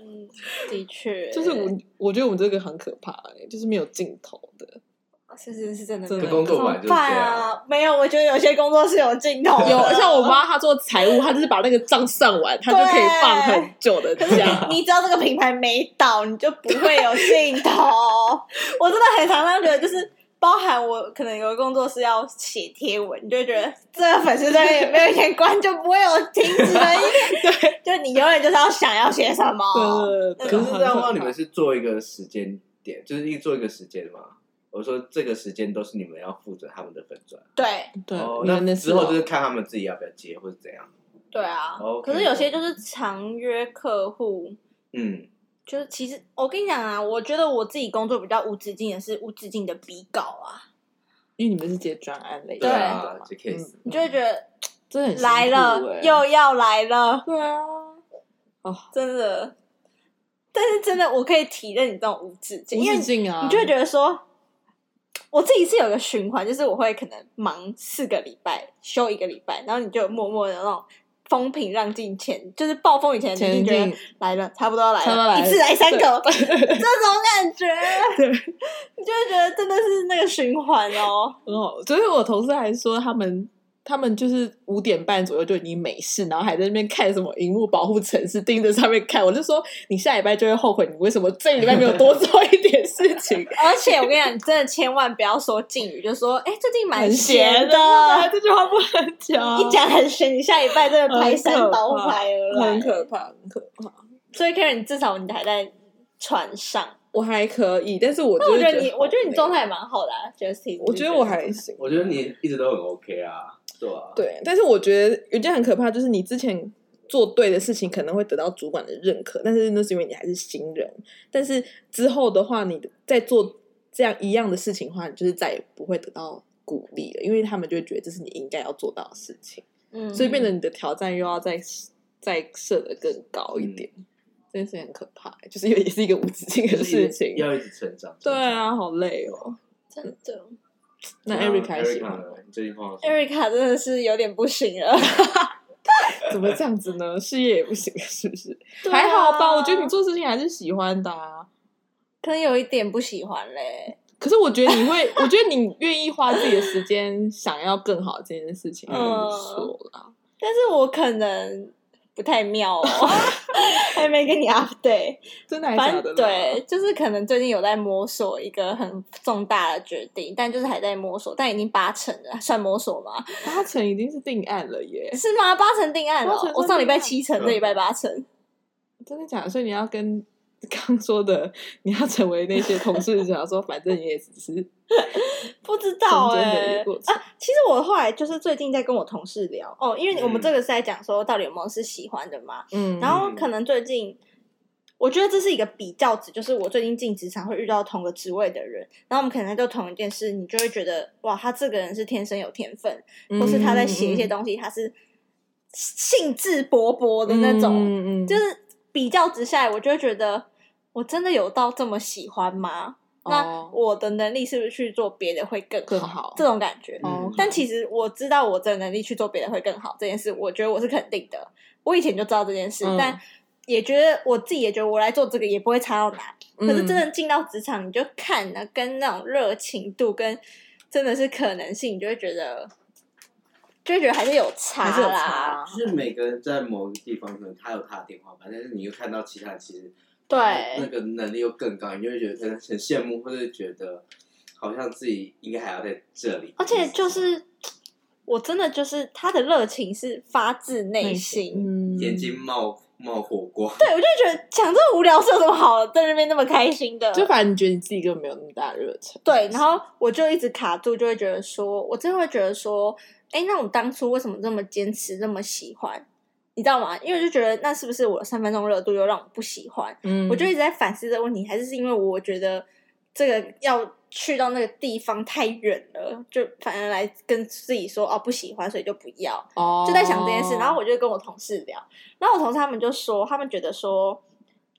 [SPEAKER 2] 嗯，的确，
[SPEAKER 3] 就是我，我觉得我们这个很可怕、欸，就是没有尽头的。
[SPEAKER 2] 是是是真的，
[SPEAKER 3] 真的
[SPEAKER 2] 怎
[SPEAKER 3] 工
[SPEAKER 1] 作
[SPEAKER 2] 么
[SPEAKER 1] 本来就是
[SPEAKER 2] 办
[SPEAKER 1] 这样
[SPEAKER 2] 啊？没有，我觉得有些工作是有尽头的，
[SPEAKER 3] 有像我妈，她做财务，她就是把那个账算完，她就可以放很久的
[SPEAKER 2] 可是
[SPEAKER 3] 假。
[SPEAKER 2] 你你知道这个品牌没倒，你就不会有尽头。我真的很常常觉得，就是包含我可能有个工作是要写贴文，你就会觉得这个粉丝专业没有眼光，就不会有停止的一天。就你永远就是要想要写什么。
[SPEAKER 3] 对对对，
[SPEAKER 1] 可是这样的
[SPEAKER 3] 很可怕
[SPEAKER 1] 话，你们是做一个时间点，就是一做一个时间嘛。我说这个时间都是你们要负责他们的粉钻，
[SPEAKER 2] 对
[SPEAKER 3] 对
[SPEAKER 1] 哦，
[SPEAKER 3] 你们
[SPEAKER 1] 那
[SPEAKER 3] 的
[SPEAKER 1] 之后
[SPEAKER 3] 是
[SPEAKER 1] 就
[SPEAKER 3] 哦
[SPEAKER 1] 是看他们自己要不要接或者怎样。
[SPEAKER 2] 对啊
[SPEAKER 1] OK
[SPEAKER 2] 可是有些就是常约客户。
[SPEAKER 1] 嗯，
[SPEAKER 2] 就是其实我跟你讲啊，我觉得我自己工作比较无止境的是无止境的比稿啊，
[SPEAKER 3] 因为你们是接专案类
[SPEAKER 1] 对
[SPEAKER 3] 的
[SPEAKER 1] 啊
[SPEAKER 3] 嘛，，
[SPEAKER 1] 这 case
[SPEAKER 3] 嗯
[SPEAKER 2] 你就会觉得
[SPEAKER 3] 真的很辛苦
[SPEAKER 2] 来了、
[SPEAKER 3] 欸
[SPEAKER 2] 又要来了，
[SPEAKER 3] 对啊，哦，
[SPEAKER 2] 真的。但是真的，我可以体认你这种无止境，
[SPEAKER 3] 无
[SPEAKER 2] 因为
[SPEAKER 3] 止
[SPEAKER 2] 你
[SPEAKER 3] 境啊，
[SPEAKER 2] 就会觉得说，我自己是有个循环，就是我会可能忙四个礼拜，休一个礼拜，然后你就默默的那种风平浪静前，就是暴风雨前，你
[SPEAKER 3] 前
[SPEAKER 2] 一定觉得
[SPEAKER 3] 进
[SPEAKER 2] 来了，差不多要来
[SPEAKER 3] 差不多来
[SPEAKER 2] 了，
[SPEAKER 3] 了
[SPEAKER 2] 一次来三个，
[SPEAKER 3] 对
[SPEAKER 2] 这种感 觉，
[SPEAKER 3] 对
[SPEAKER 2] 你就会觉得真的是那个循环哦。
[SPEAKER 3] 很好。所以我同事还说他们。他们就是五点半左右就已经没事，然后还在那边看什么荧幕保护城市，盯着上面看。我就说你下礼拜就会后悔，你为什么这个礼拜没有多做一点事情？
[SPEAKER 2] 而且我跟你讲，你真的千万不要说敬语，就说哎、最近蛮
[SPEAKER 3] 很闲
[SPEAKER 2] 闲
[SPEAKER 3] 的
[SPEAKER 2] 的，，
[SPEAKER 3] 这句话不能讲，
[SPEAKER 2] 一讲很闲，你下一拜真的排山倒海而
[SPEAKER 3] 很
[SPEAKER 2] 来。
[SPEAKER 3] 可怕，很可怕。
[SPEAKER 2] 所以 Karen，你至少你还在船上，
[SPEAKER 3] 我还可以，但是我
[SPEAKER 2] 那我
[SPEAKER 3] 就
[SPEAKER 2] 觉
[SPEAKER 3] 是
[SPEAKER 2] 得你，
[SPEAKER 3] 好
[SPEAKER 2] 我觉得你
[SPEAKER 3] 累
[SPEAKER 2] 状态蛮好的、啊、，Justin。
[SPEAKER 3] 我觉得我还行。
[SPEAKER 1] 我觉得你一直都很 OK 啊，对啊，
[SPEAKER 3] 对，但是我觉得有一件很可怕，就是你之前做对的事情可能会得到主管的认可，但是那是因为你还是新人。但是之后的话，你在做这样一样的事情的话，你就是再也不会得到鼓励了，因为他们就会觉得这是你应该要做到的事情，
[SPEAKER 2] 嗯
[SPEAKER 3] 所以变得你的挑战又要再再设的更高一点。这件事情很可怕、欸就是也是一个无止境的
[SPEAKER 1] 就是一
[SPEAKER 3] 事
[SPEAKER 1] 直
[SPEAKER 3] 情。
[SPEAKER 1] 要一直成长。
[SPEAKER 3] 对啊，好累哦。
[SPEAKER 2] 真的
[SPEAKER 3] 那
[SPEAKER 1] 成长，
[SPEAKER 3] 啊 Eric 还喜
[SPEAKER 1] Erica
[SPEAKER 3] 欢
[SPEAKER 1] 呢你最近碰到什么
[SPEAKER 2] ，Erica 真的是有点不行了。
[SPEAKER 3] 怎么这样子呢？事业也不行，是不是？
[SPEAKER 2] 对啊
[SPEAKER 3] 还好吧，我觉得你做事情还是喜欢的啊。
[SPEAKER 2] 可能有一点不喜欢嘞。
[SPEAKER 3] 可是我觉得你会，我觉得你愿意花自己的时间想要更好这件事情，
[SPEAKER 1] 嗯
[SPEAKER 3] 还不错啦。
[SPEAKER 2] 但是我可能不太 妙哦，还没跟你 update。
[SPEAKER 3] 真的还是
[SPEAKER 2] 反
[SPEAKER 3] 假的
[SPEAKER 2] 正
[SPEAKER 3] 啦？
[SPEAKER 2] 对，就是可能最近有在摸索一个很重大的决定，但就是还在摸索，但已经八成了，算摸索吗？
[SPEAKER 3] 八成已经是定案了耶，
[SPEAKER 2] 是吗？八成定案了
[SPEAKER 3] 八成
[SPEAKER 2] 哦，我上礼拜七成，
[SPEAKER 1] 定案
[SPEAKER 2] 这
[SPEAKER 3] 嗯
[SPEAKER 2] 礼拜八成。
[SPEAKER 3] 真的假 的？所以你要跟刚说的，你要成为那些同事，想说反正你也只是
[SPEAKER 2] 不知道
[SPEAKER 3] 中
[SPEAKER 2] 哎、
[SPEAKER 3] 间的一个过程。
[SPEAKER 2] 其实我后来就是最近在跟我同事聊哦，因为我们
[SPEAKER 1] 嗯
[SPEAKER 2] 这个是在讲说到底有没有是喜欢的嘛，
[SPEAKER 3] 嗯，
[SPEAKER 2] 然后可能最近，我觉得这是一个比较值，就是我最近进职场会遇到同个职位的人，然后我们可能在做同一件事，你就会觉得哇，他这个人是天生有天分，
[SPEAKER 3] 嗯
[SPEAKER 2] 或是他在写一些东西，他是兴致勃勃的那种，
[SPEAKER 3] 嗯嗯嗯
[SPEAKER 2] 就是比较之下来，我就会觉得我真的有到这么喜欢吗？那
[SPEAKER 3] 哦
[SPEAKER 2] 我的能力是不是去做别的会更好？
[SPEAKER 3] 更好
[SPEAKER 2] 这种感觉。
[SPEAKER 3] 哦
[SPEAKER 1] 嗯
[SPEAKER 2] 但其实我知道我这能力去做别的会更好这件事，我觉得我是肯定的。我以前就知道这件事，
[SPEAKER 3] 嗯
[SPEAKER 2] 但也觉得我自己也觉得我来做这个也不会差到哪。
[SPEAKER 3] 嗯
[SPEAKER 2] 可是真的进到职场，你就看呢，跟那种热情度跟真的是可能性，你就会觉得，就会觉得还是有差啦。
[SPEAKER 3] 还是有差，
[SPEAKER 1] 就是每个人在某个地方，可能他有他的天花板，但是你又看到其他人其实
[SPEAKER 2] 对
[SPEAKER 1] 那个能力又更高，你就会觉得很很羡慕，或者觉得好像自己应该还要在这里。
[SPEAKER 2] 而且就是，我真的就是他的热情是发自内
[SPEAKER 3] 内
[SPEAKER 2] 心，
[SPEAKER 3] 嗯
[SPEAKER 1] 眼睛冒冒火光。
[SPEAKER 2] 对，我就觉得讲这无聊事有什么好在那边那么开心的？
[SPEAKER 3] 就反正你觉得你自己根本没有那么大的热忱。
[SPEAKER 2] 对，然后我就一直卡住，就会觉得说，我真的会觉得说，哎，那我当初为什么这么坚持，这么喜欢？你知道吗？因为我就觉得那是不是我三分钟热度又让我不喜欢？
[SPEAKER 3] 嗯，
[SPEAKER 2] 我就一直在反思这个问题，还是是因为我觉得这个要去到那个地方太远了，就反而来跟自己说哦不喜欢，所以就不要。
[SPEAKER 3] 哦
[SPEAKER 2] 就在想这件事，然后我就跟我同事聊，然后我同事他们就说，他们觉得说，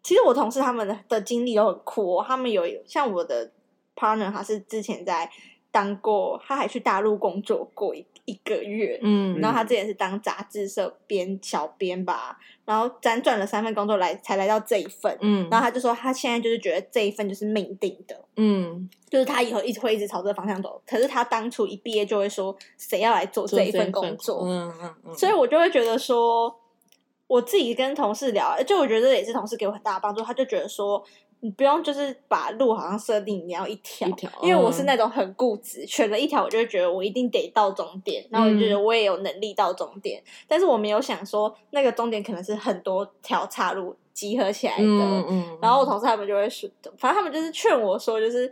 [SPEAKER 2] 其实我同事他们的的经历都很酷哦，他们有像我的 partner，他是之前在当过，他还去大陆工作过一一个月，
[SPEAKER 3] 嗯，
[SPEAKER 2] 然后他之前是当杂志社编小编吧，然后辗转了三份工作来才来到这一份，
[SPEAKER 3] 嗯，
[SPEAKER 2] 然后他就说他现在就是觉得这一份就是命定的，
[SPEAKER 3] 嗯，
[SPEAKER 2] 就是他以后一直会一直朝这个方向走，可是他当初一毕业就会说谁要来做
[SPEAKER 3] 做
[SPEAKER 2] 这一份工作，
[SPEAKER 3] 嗯嗯嗯，
[SPEAKER 2] 所以我就会觉得说，我自己跟同事聊，就我觉得这也是同事给我很大的帮助。他就觉得说，你不用就是把路好像设定你要一条
[SPEAKER 3] 一，条，
[SPEAKER 2] 啊因为我是
[SPEAKER 3] 嗯
[SPEAKER 2] 那种很固执，选了一条我就会觉得我一定得到终点，然后我就
[SPEAKER 3] 嗯
[SPEAKER 2] 觉得我也有能力到终点，但是我没有想说那个终点可能是很多条岔路集合起来的。
[SPEAKER 3] 嗯嗯，
[SPEAKER 2] 然后我同事他们就会说，反正他们就是劝我说，就是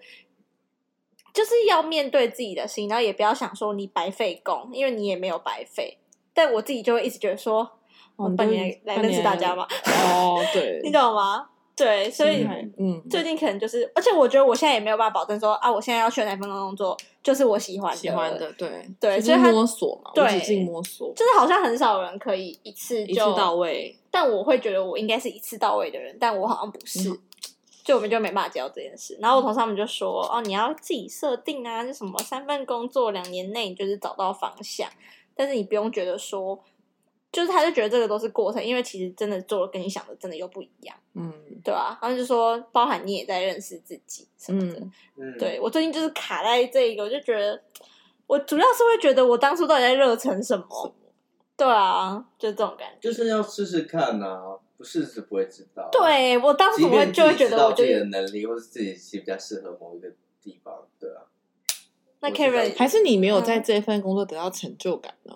[SPEAKER 2] 就是要面对自己的心，然后也不要想说你白费工，因为你也没有白费。但我自己就会一直觉得说，我
[SPEAKER 3] 哦你
[SPEAKER 2] 半
[SPEAKER 3] 都
[SPEAKER 2] 年来
[SPEAKER 3] 半
[SPEAKER 2] 认识
[SPEAKER 3] 年
[SPEAKER 2] 大家嘛，
[SPEAKER 3] 哦，对，
[SPEAKER 2] 你懂吗？对， 所以
[SPEAKER 3] 厉害嗯，
[SPEAKER 2] 最近可能就是，而且我觉得我现在也没有办法保证说啊，我现在要去哪份工作就是我喜欢
[SPEAKER 3] 喜欢，的，对
[SPEAKER 2] 对
[SPEAKER 3] 就
[SPEAKER 2] 所以
[SPEAKER 3] 是
[SPEAKER 2] 他
[SPEAKER 3] 摸索嘛，
[SPEAKER 2] 对
[SPEAKER 3] 无止境摸索，
[SPEAKER 2] 就是好像很少人可以一次就
[SPEAKER 3] 一次到位，
[SPEAKER 2] 但我会觉得我应该是一次到位的人，但我好像不是，就我们就没办法接到这件事。然后我同事他们就说：“哦，你要自己设定啊，就什么三份工作，两年内你就是找到方向，但是你不用觉得说，就是他就觉得这个都是过程，因为其实真的做了跟你想的真的又不一样，
[SPEAKER 3] 嗯
[SPEAKER 2] 对吧、他们就说，包含你也在认识自己什么的。
[SPEAKER 3] 嗯，
[SPEAKER 1] 嗯，
[SPEAKER 2] 对我最近就是卡在这一个，我就觉得我主要是会觉得我当初到底在热成什么？对啊，就这种感觉。
[SPEAKER 1] 就是要试试看呐、不试试不会知道。，
[SPEAKER 2] 对我当时
[SPEAKER 1] 即
[SPEAKER 2] 我会
[SPEAKER 1] 便
[SPEAKER 2] 就会
[SPEAKER 1] 自己
[SPEAKER 2] 觉
[SPEAKER 1] 知
[SPEAKER 2] 得
[SPEAKER 1] 道
[SPEAKER 2] 我就
[SPEAKER 1] 自己的
[SPEAKER 2] 是
[SPEAKER 1] 能力，或是自己其实比较适合某一个地方，对啊，
[SPEAKER 2] 那
[SPEAKER 1] 我知道
[SPEAKER 2] Karen，
[SPEAKER 3] 还是你没有
[SPEAKER 2] 嗯
[SPEAKER 3] 在这份工作得到成就感呢？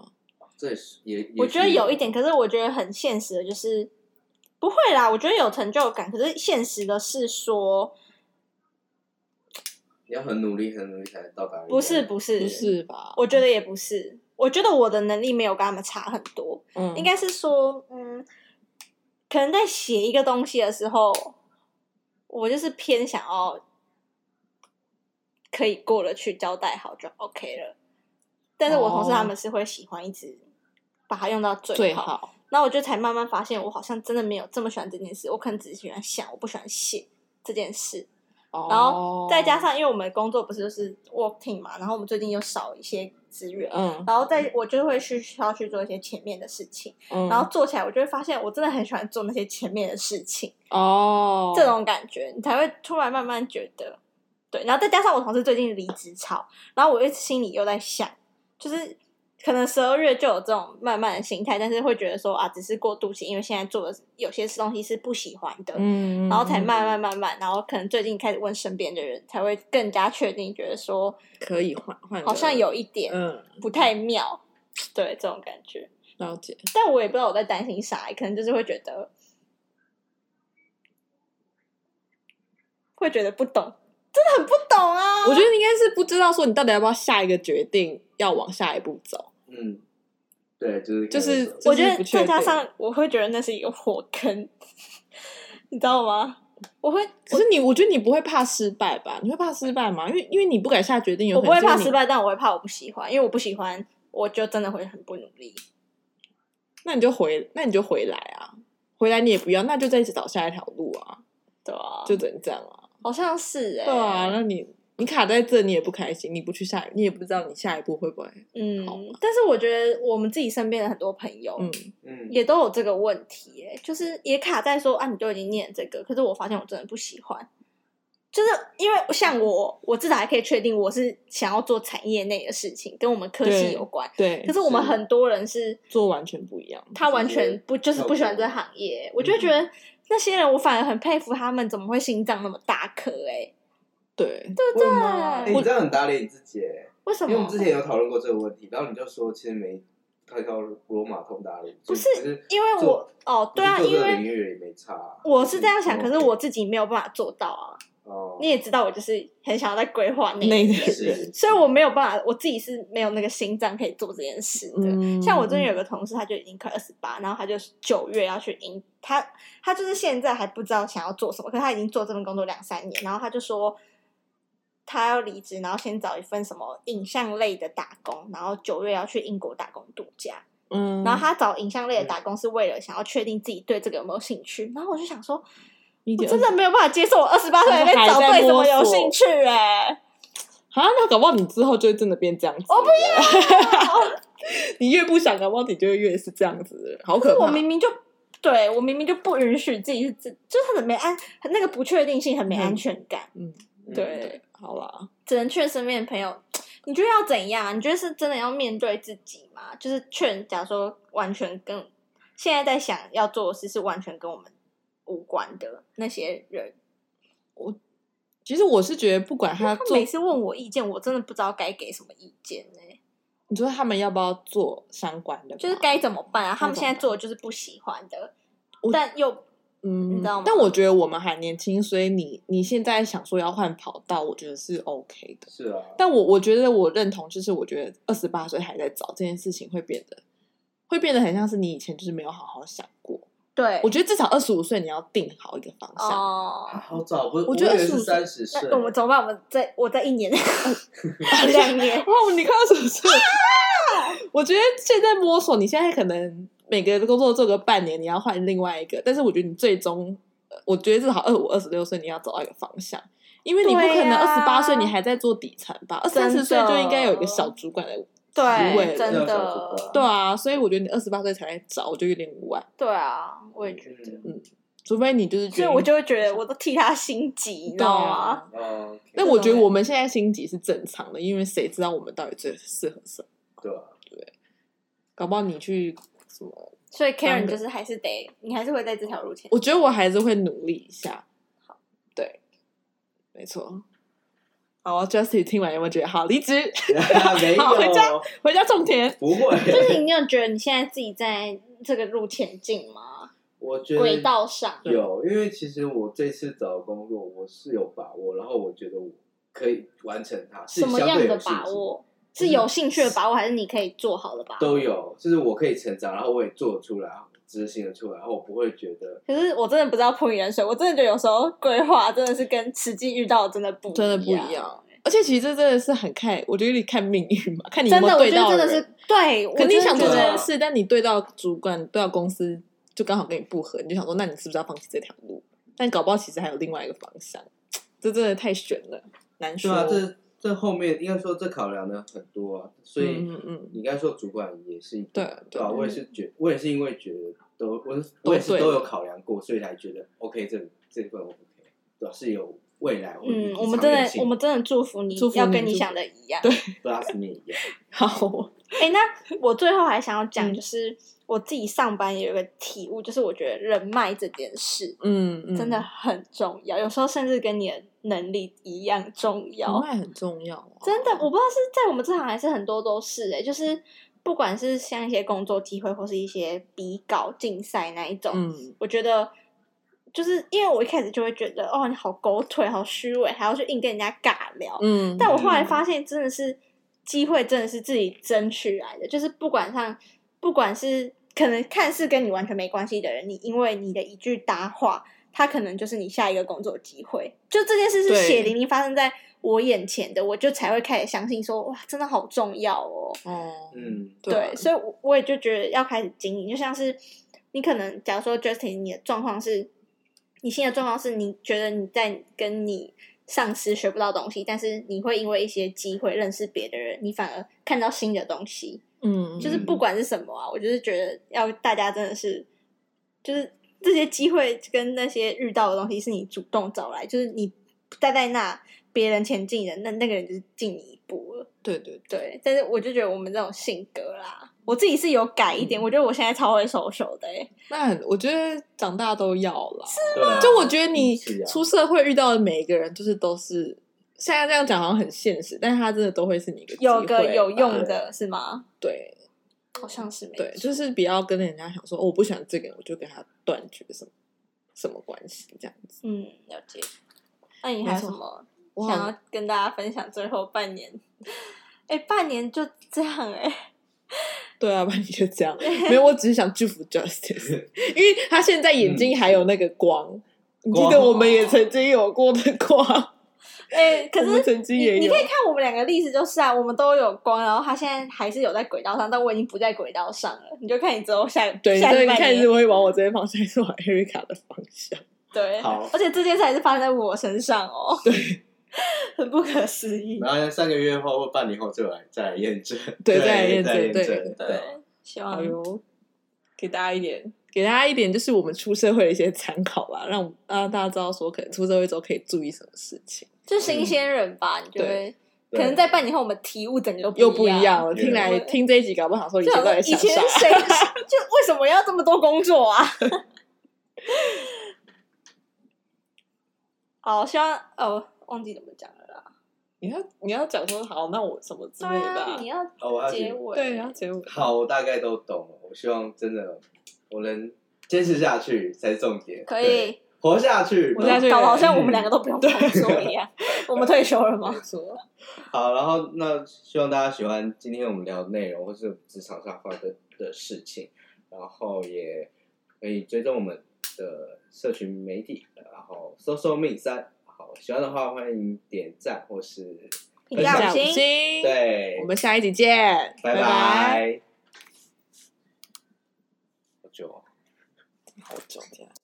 [SPEAKER 1] 这也是也也
[SPEAKER 2] 我觉得
[SPEAKER 1] 是
[SPEAKER 2] 有一点，可是我觉得很现实的就是不会啦，我觉得有成就感，可是现实的是说
[SPEAKER 1] 你要很努力，很努力才到达。
[SPEAKER 2] 不是不是
[SPEAKER 3] 不，是吧？
[SPEAKER 2] 我觉得也不是，我觉得我的能力没有跟他们差很多，
[SPEAKER 3] 嗯，
[SPEAKER 2] 应该是说嗯，可能在写一个东西的时候，我就是偏想要可以过得去交代好就 OK 了，但是我同事他们是会喜欢一直把它用到
[SPEAKER 3] 哦最好，
[SPEAKER 2] 然后我就才慢慢发现，我好像真的没有这么喜欢这件事，我可能只是喜欢想，我不喜欢写这件事。然
[SPEAKER 3] 然
[SPEAKER 2] 后再加上，因为我们的工作不是就是 working 嘛，然后我们最近又少一些资源，
[SPEAKER 3] 嗯
[SPEAKER 2] 然后再我就会去需要去做一些前面的事情，
[SPEAKER 3] 嗯，
[SPEAKER 2] 然后做起来，我就会发现我真的很喜欢做那些前面的事情，
[SPEAKER 3] 哦，
[SPEAKER 2] 这种感觉你才会突然慢慢觉得，对。然后再加上我同事最近离职潮，然后我又心里又在想，就是可能十二月就有这种慢慢的心态，但是会觉得说啊，只是过渡期，因为现在做的有些东西是不喜欢的，
[SPEAKER 3] 嗯，嗯，
[SPEAKER 2] 然后才
[SPEAKER 3] 嗯
[SPEAKER 2] 慢慢慢慢，然后可能最近开始问身边的人，才会更加确定，觉得说
[SPEAKER 3] 可以换换个，
[SPEAKER 2] 好像有一点
[SPEAKER 3] 嗯
[SPEAKER 2] 不太妙，对这种感觉。
[SPEAKER 3] 了解，
[SPEAKER 2] 但我也不知道我在担心啥，欸可能就是会觉得，会觉得不懂，真的很不懂啊。
[SPEAKER 3] 我觉得你应该是不知道说你到底要不要下一个决定，要往下一步走，
[SPEAKER 1] 嗯，对，就是看
[SPEAKER 3] 就是
[SPEAKER 1] 那种
[SPEAKER 2] 我觉
[SPEAKER 3] 就是
[SPEAKER 2] 得
[SPEAKER 3] 不确
[SPEAKER 2] 再加
[SPEAKER 3] 定
[SPEAKER 2] 上，我会觉得那是一个火坑， 你知道吗？我会，
[SPEAKER 3] 可是你，我觉得你不会怕失败吧？你会怕失败吗？因为因为你不敢下决定，有
[SPEAKER 2] 我
[SPEAKER 3] 可
[SPEAKER 2] 不会
[SPEAKER 3] 能是
[SPEAKER 2] 怕
[SPEAKER 3] 你
[SPEAKER 2] 失。败，但我会怕我不喜欢，因为我不喜欢，我就真的会很不努力。
[SPEAKER 3] 那你就回，那你就回来啊，回来你也不要，那就再去找下一条路啊，
[SPEAKER 2] 对啊，
[SPEAKER 3] 就只能这样啊。
[SPEAKER 2] 好像是哎、
[SPEAKER 3] 对啊，那你你卡在这，你也不开心，你不去下，你也不知道你下一步会不会，好
[SPEAKER 2] 嗯，但是我觉得我们自己身边的很多朋友，
[SPEAKER 3] 嗯，
[SPEAKER 1] 嗯，
[SPEAKER 2] 也都有这个问题、欸，就是也卡在说啊，你都已经念这个，可是我发现我真的不喜欢，就是因为像我，我至少还可以确定我是想要做产业内的事情，跟我们科系
[SPEAKER 3] 对
[SPEAKER 2] 有关。
[SPEAKER 3] 对
[SPEAKER 2] 可，是我们
[SPEAKER 1] 是
[SPEAKER 2] 很多人是
[SPEAKER 3] 做完全不一样。
[SPEAKER 2] 他完全不就是
[SPEAKER 1] 跳
[SPEAKER 2] 不喜欢
[SPEAKER 1] 过
[SPEAKER 2] 这行业欸，
[SPEAKER 1] 嗯
[SPEAKER 2] 我就会觉得那些人，我反而很佩服他们怎么会心脏那么大颗哎、欸，
[SPEAKER 3] 对，
[SPEAKER 2] 对不
[SPEAKER 1] 会吗哎
[SPEAKER 2] 对？
[SPEAKER 1] 你这样很打脸你自己耶，
[SPEAKER 2] 为什
[SPEAKER 1] 因为我们之
[SPEAKER 2] 么？
[SPEAKER 1] 前有讨论过这个问题，然后你就说其实每看到罗马通达人，
[SPEAKER 2] 不
[SPEAKER 1] 是
[SPEAKER 2] 因为我
[SPEAKER 1] 做
[SPEAKER 2] 哦，对啊，
[SPEAKER 1] 做这
[SPEAKER 2] 因
[SPEAKER 1] 个领
[SPEAKER 2] 为
[SPEAKER 1] 域也没差啊、
[SPEAKER 2] 我是这样想，
[SPEAKER 1] 嗯
[SPEAKER 2] 可是我自己没有办法做到啊。
[SPEAKER 1] 哦，
[SPEAKER 2] 你也知道，我就是很想要在规划内，
[SPEAKER 3] 那
[SPEAKER 1] 是
[SPEAKER 2] 所以我没有办法，我自己是没有那个心脏可以做这件事的。
[SPEAKER 3] 嗯
[SPEAKER 2] 像我最近有个同事，他就已经快二十八，然后他就九月要去英，他他就是现在还不知道想要做什么，可是他已经做这份工作两三年，然后他就说他要离职，然后先找一份什么影像类的打工，然后九月要去英国打工度假。
[SPEAKER 3] 嗯，
[SPEAKER 2] 然后他找影像类的打工是为了想要确定自己对这个有没有兴趣。然后我就想说，
[SPEAKER 3] 一
[SPEAKER 2] 我
[SPEAKER 3] 点
[SPEAKER 2] 真的没有办法接受我二十八岁还
[SPEAKER 3] 就是
[SPEAKER 2] 在
[SPEAKER 3] 还
[SPEAKER 2] 找
[SPEAKER 3] 在
[SPEAKER 2] 对什
[SPEAKER 3] 摸
[SPEAKER 2] 么有
[SPEAKER 3] 索
[SPEAKER 2] 兴趣哎、
[SPEAKER 3] 啊，那搞不好你之后就会真的变这样子。我不要，
[SPEAKER 2] 啊
[SPEAKER 3] 你越不想，搞不好你就越是这样子，好可
[SPEAKER 2] 我
[SPEAKER 3] 怕。
[SPEAKER 2] 明明就对我明明就不允许自己是自，就是很没安，那个不确定性很没安全感，
[SPEAKER 1] 嗯
[SPEAKER 3] 对，好啦，
[SPEAKER 2] 只能劝身边的朋友。你觉得要怎样啊？你觉得是真的要面对自己吗？就是劝，假如说完全跟现在在想要做的事是完全跟我们无关的那些人，
[SPEAKER 3] 其实我是觉得，不管他
[SPEAKER 2] 他
[SPEAKER 3] 做
[SPEAKER 2] 每，次问我意见，我真的不知道该给什么意见呢、
[SPEAKER 3] 你说他们要不要做相关的吧，
[SPEAKER 2] 就是该怎么办啊？他们
[SPEAKER 3] 该怎么
[SPEAKER 2] 现在做的就是不喜欢的
[SPEAKER 3] 我，
[SPEAKER 2] 但又
[SPEAKER 3] 嗯，
[SPEAKER 2] 你知道吗
[SPEAKER 3] 但我觉得我们还年轻，所以你你现在想说要换跑道，我觉得是 OK 的。
[SPEAKER 1] 是啊，
[SPEAKER 3] 但我我觉得我认同，就是我觉得二十八岁还在找这件事情会变得，会变得很像是你以前就是没有好好想过。
[SPEAKER 2] 对
[SPEAKER 3] 我觉得至少二十五岁你要定好一个方向。
[SPEAKER 2] 哦。
[SPEAKER 1] 啊好早，不是，
[SPEAKER 3] 我觉得
[SPEAKER 1] 以为
[SPEAKER 3] 25
[SPEAKER 1] 是三十岁，
[SPEAKER 2] 那我们怎么办？我们在我在一年，两年，
[SPEAKER 3] 哇，你看到什么事？
[SPEAKER 2] 啊
[SPEAKER 3] 我觉得现在摸索，你现在可能每个工作做个半年，你要换另外一个，但是我觉得你最终，呃我觉得至少二五、二十六岁你要找到一个方向，因为你不可
[SPEAKER 2] 对
[SPEAKER 3] 能
[SPEAKER 2] 啊
[SPEAKER 3] 二十八岁你还在做底层吧，二
[SPEAKER 2] 真
[SPEAKER 3] 三
[SPEAKER 2] 的
[SPEAKER 3] 十岁就应该有一个小主管的职位
[SPEAKER 2] 对，
[SPEAKER 3] 了
[SPEAKER 1] 要
[SPEAKER 2] 真
[SPEAKER 1] 小主
[SPEAKER 2] 的
[SPEAKER 1] 管，
[SPEAKER 3] 对啊，所以我觉得你二十八岁才来找，我就有点无碍，
[SPEAKER 2] 对啊，我也觉得，
[SPEAKER 1] 嗯
[SPEAKER 3] 除非你就是觉
[SPEAKER 2] 所以
[SPEAKER 3] 得，
[SPEAKER 2] 我就会觉得我都替他心急，你知
[SPEAKER 3] 对
[SPEAKER 2] 道吗？
[SPEAKER 3] 啊。
[SPEAKER 1] 哦，
[SPEAKER 3] 但我觉得我们现在心急是正常的，因为谁知道我们到底最适合什么？
[SPEAKER 1] 对啊，
[SPEAKER 3] 搞不好你去什么
[SPEAKER 2] 所以 Karen
[SPEAKER 3] 当然
[SPEAKER 2] 就是还是得，你还是会在这条路前。
[SPEAKER 3] 我觉得我还是会努力一下。对，没错。好，Justy 听完有没有觉得好离职，
[SPEAKER 1] 没
[SPEAKER 3] 好回家
[SPEAKER 1] 有，
[SPEAKER 3] 回家种田？
[SPEAKER 1] 不
[SPEAKER 2] 就
[SPEAKER 1] 会，
[SPEAKER 2] 是你有觉得你现在自己在这个路前进吗？
[SPEAKER 1] 我觉得
[SPEAKER 2] 轨道上，
[SPEAKER 1] 有，因为其实我这次找工作我是有把握，然后我觉得我可以完成它，是
[SPEAKER 2] 什么
[SPEAKER 1] 相
[SPEAKER 2] 样
[SPEAKER 1] 对
[SPEAKER 2] 的
[SPEAKER 1] 有嗯信
[SPEAKER 2] 把
[SPEAKER 1] 心
[SPEAKER 2] 握？是有兴趣的把握，还是你可以做好的把握？
[SPEAKER 1] 都有，就是我可以成长，然后我也做得出来，执行的出来，然后我不会觉得
[SPEAKER 2] 可是我真的不知道泼你冷水，我真的觉得有时候规划真的是跟实际遇到的真的不
[SPEAKER 3] 真的不一样。而且其实这真的是很看，我觉得你看命运嘛，看你有
[SPEAKER 2] 真
[SPEAKER 3] 没
[SPEAKER 2] 的，
[SPEAKER 3] 有
[SPEAKER 2] 我
[SPEAKER 3] 对
[SPEAKER 2] 觉得
[SPEAKER 3] 到
[SPEAKER 2] 真的
[SPEAKER 3] 人
[SPEAKER 2] 是对，我
[SPEAKER 3] 可你
[SPEAKER 2] 真的
[SPEAKER 3] 想做
[SPEAKER 2] 觉
[SPEAKER 3] 这
[SPEAKER 2] 得
[SPEAKER 3] 件事，但你对到主管、对到公司，就刚好跟你不合，你就想说，那你是不是要放弃这条路？但搞不好其实还有另外一个方向，这真的太悬了，难
[SPEAKER 1] 对
[SPEAKER 3] 说。
[SPEAKER 1] 啊，这这后面应该说这考量的很多啊，所以
[SPEAKER 3] 嗯嗯嗯，
[SPEAKER 1] 你刚才说主管也是一个
[SPEAKER 3] 对
[SPEAKER 1] 对啊，我也是觉，我也是因为觉得都我是
[SPEAKER 3] 都
[SPEAKER 1] 我也是
[SPEAKER 3] 对
[SPEAKER 1] 都有考量过，所以才觉得 OK 这这份 OK，对啊，是有未来，
[SPEAKER 2] 嗯，我们真的我们真的祝福你，
[SPEAKER 3] 祝福
[SPEAKER 2] 要
[SPEAKER 3] 你
[SPEAKER 2] 跟你
[SPEAKER 3] 祝
[SPEAKER 2] 想的一样。
[SPEAKER 3] 对
[SPEAKER 1] plus 你 一样，
[SPEAKER 3] 好，
[SPEAKER 2] 哎、 那我最后还想要讲，
[SPEAKER 3] 嗯
[SPEAKER 2] 就是我自己上班也有一个体悟，就是我觉得人脉这件事
[SPEAKER 3] 嗯嗯，
[SPEAKER 2] 真的很重要，有时候甚至跟你的能力一样重要。
[SPEAKER 3] 人脉很重要、啊，
[SPEAKER 2] 真的，我不知道是在我们这行还是很多都是哎、就是不管是像一些工作机会或是一些比稿竞赛那一种，
[SPEAKER 3] 嗯，
[SPEAKER 2] 我觉得就是因为我一开始就会觉得哦，你好狗腿，好虚伪，还要去硬跟人家尬聊。
[SPEAKER 3] 嗯，
[SPEAKER 2] 但我后来发现，真的是机会，真的是自己争取来的。就是不管上，不管是可能看似跟你完全没关系的人，你因为你的一句搭话，他可能就是你下一个工作机会。就这件事是
[SPEAKER 3] 对
[SPEAKER 2] 血淋淋发生在我眼前的，我就才会开始相信说，哇，真的好重要哦。
[SPEAKER 3] 哦，
[SPEAKER 1] 嗯，
[SPEAKER 3] 对啊，
[SPEAKER 2] 所以我我也就觉得要开始经营，就像是你可能假如说 Justin，你的状况是，你现在状况是你觉得你在跟你上司学不到东西，但是你会因为一些机会认识别的人，你反而看到新的东西，
[SPEAKER 3] 嗯，
[SPEAKER 2] 就是不管是什么啊，我就是觉得要大家真的是，就是这些机会跟那些遇到的东西是你主动找来，就是你待在那。别人前进人，那那个人就是进你一步了。
[SPEAKER 3] 对对对，
[SPEAKER 2] 对，但是我就觉得我们这种性格啦，我自己是有改一点，
[SPEAKER 3] 嗯
[SPEAKER 2] 我觉得我现在超会收手的、欸，
[SPEAKER 3] 那很我觉得长大都要啦。
[SPEAKER 1] 对啊，
[SPEAKER 3] 就我觉得你
[SPEAKER 1] 是啊
[SPEAKER 3] 出社会遇到的每一个人，就是都是现在这样讲好像很现实，但是他真的都会是你一个机会
[SPEAKER 2] 有个有
[SPEAKER 3] 吧
[SPEAKER 2] 用的是吗？
[SPEAKER 3] 对。
[SPEAKER 2] 好像是没
[SPEAKER 3] 对，
[SPEAKER 2] 错
[SPEAKER 3] 就是不要跟人家想说，哦，我不喜欢这个人，我就跟他断绝什么什么关系这样子。
[SPEAKER 2] 嗯，了解。那你还有
[SPEAKER 3] 没
[SPEAKER 2] 什
[SPEAKER 3] 错
[SPEAKER 2] 么
[SPEAKER 3] 哇
[SPEAKER 2] 想要跟大家分享？最后半年， 哎、半年就这样哎、
[SPEAKER 3] 对啊，不然你就这样。没有，我只是想祝福 Justice，因为他现在眼睛还有那个光。你记得
[SPEAKER 1] 嗯光
[SPEAKER 3] 我们也曾经有过的 光，
[SPEAKER 2] 哎、可
[SPEAKER 3] 我们
[SPEAKER 2] 是
[SPEAKER 3] 曾经
[SPEAKER 2] 你
[SPEAKER 3] 也
[SPEAKER 2] 你
[SPEAKER 3] 有
[SPEAKER 2] 可。以看我们两个例子，就是啊，我们都有光，然后他现在还是有在轨道上，但我已经不在轨道上了。你就看你之后下
[SPEAKER 3] 对，
[SPEAKER 2] 下
[SPEAKER 3] 所
[SPEAKER 2] 一
[SPEAKER 3] 以你
[SPEAKER 2] 半
[SPEAKER 3] 看
[SPEAKER 2] 年
[SPEAKER 3] 是会往我这边方向，还是往 Erica 的方向？
[SPEAKER 2] 对，
[SPEAKER 1] 好
[SPEAKER 2] 而且这件事还是发生在我身上哦，对， 很不可思议。
[SPEAKER 1] 然后三个月后或半年后再来再来验证，
[SPEAKER 3] 对
[SPEAKER 1] 再
[SPEAKER 3] 再来验
[SPEAKER 1] 证，
[SPEAKER 3] 证对
[SPEAKER 2] 对，希望
[SPEAKER 3] 哎呦，给大家一点，给大家一点，就是我们出社会的一些参考吧，让我让大家知道说，可能出社会之后可以注意什么事情，
[SPEAKER 2] 就新鲜人吧，你就会可
[SPEAKER 1] 对
[SPEAKER 2] 能在半年后我们体悟整个都
[SPEAKER 3] 嗯又
[SPEAKER 2] 不
[SPEAKER 3] 不一样。了。
[SPEAKER 1] 对
[SPEAKER 3] 听来
[SPEAKER 2] 对
[SPEAKER 3] 听这一集，搞不好想说以
[SPEAKER 2] 就
[SPEAKER 3] 前
[SPEAKER 2] 想说
[SPEAKER 3] 到底
[SPEAKER 2] 以
[SPEAKER 3] 想啥
[SPEAKER 2] 前？谁 就为什么要这么多工作啊？好，希望哦，忘记怎么讲了啦。
[SPEAKER 3] 你要你要讲说好，那我什么之类
[SPEAKER 2] 对
[SPEAKER 3] 的
[SPEAKER 2] 啊，
[SPEAKER 3] 啊
[SPEAKER 2] 你，要
[SPEAKER 1] 好，我要
[SPEAKER 2] 结
[SPEAKER 1] 去。
[SPEAKER 2] 尾。
[SPEAKER 3] 对，啊然后结尾
[SPEAKER 1] 好，我大概都懂了。我希望真的我能坚持下去才是重点，
[SPEAKER 2] 可
[SPEAKER 1] 对，
[SPEAKER 2] 以。
[SPEAKER 1] 活下去，
[SPEAKER 3] 活下去
[SPEAKER 2] 搞得好像我们两个都不用工作一样。我们退休了吗
[SPEAKER 3] 没？错，
[SPEAKER 1] 好，然后那希望大家喜欢今天我们聊的内容，或是职场上发生的事情，然后也可以追踪我们的社群媒体，然后搜搜命三。好，喜欢的话欢迎点赞或是
[SPEAKER 2] 评
[SPEAKER 1] 分
[SPEAKER 2] 价
[SPEAKER 1] 享
[SPEAKER 2] 五星。
[SPEAKER 3] 心，
[SPEAKER 1] 对
[SPEAKER 3] 我，们下一集见，
[SPEAKER 1] 拜
[SPEAKER 3] 拜，
[SPEAKER 1] 拜。好久哦。
[SPEAKER 3] 好久天啊。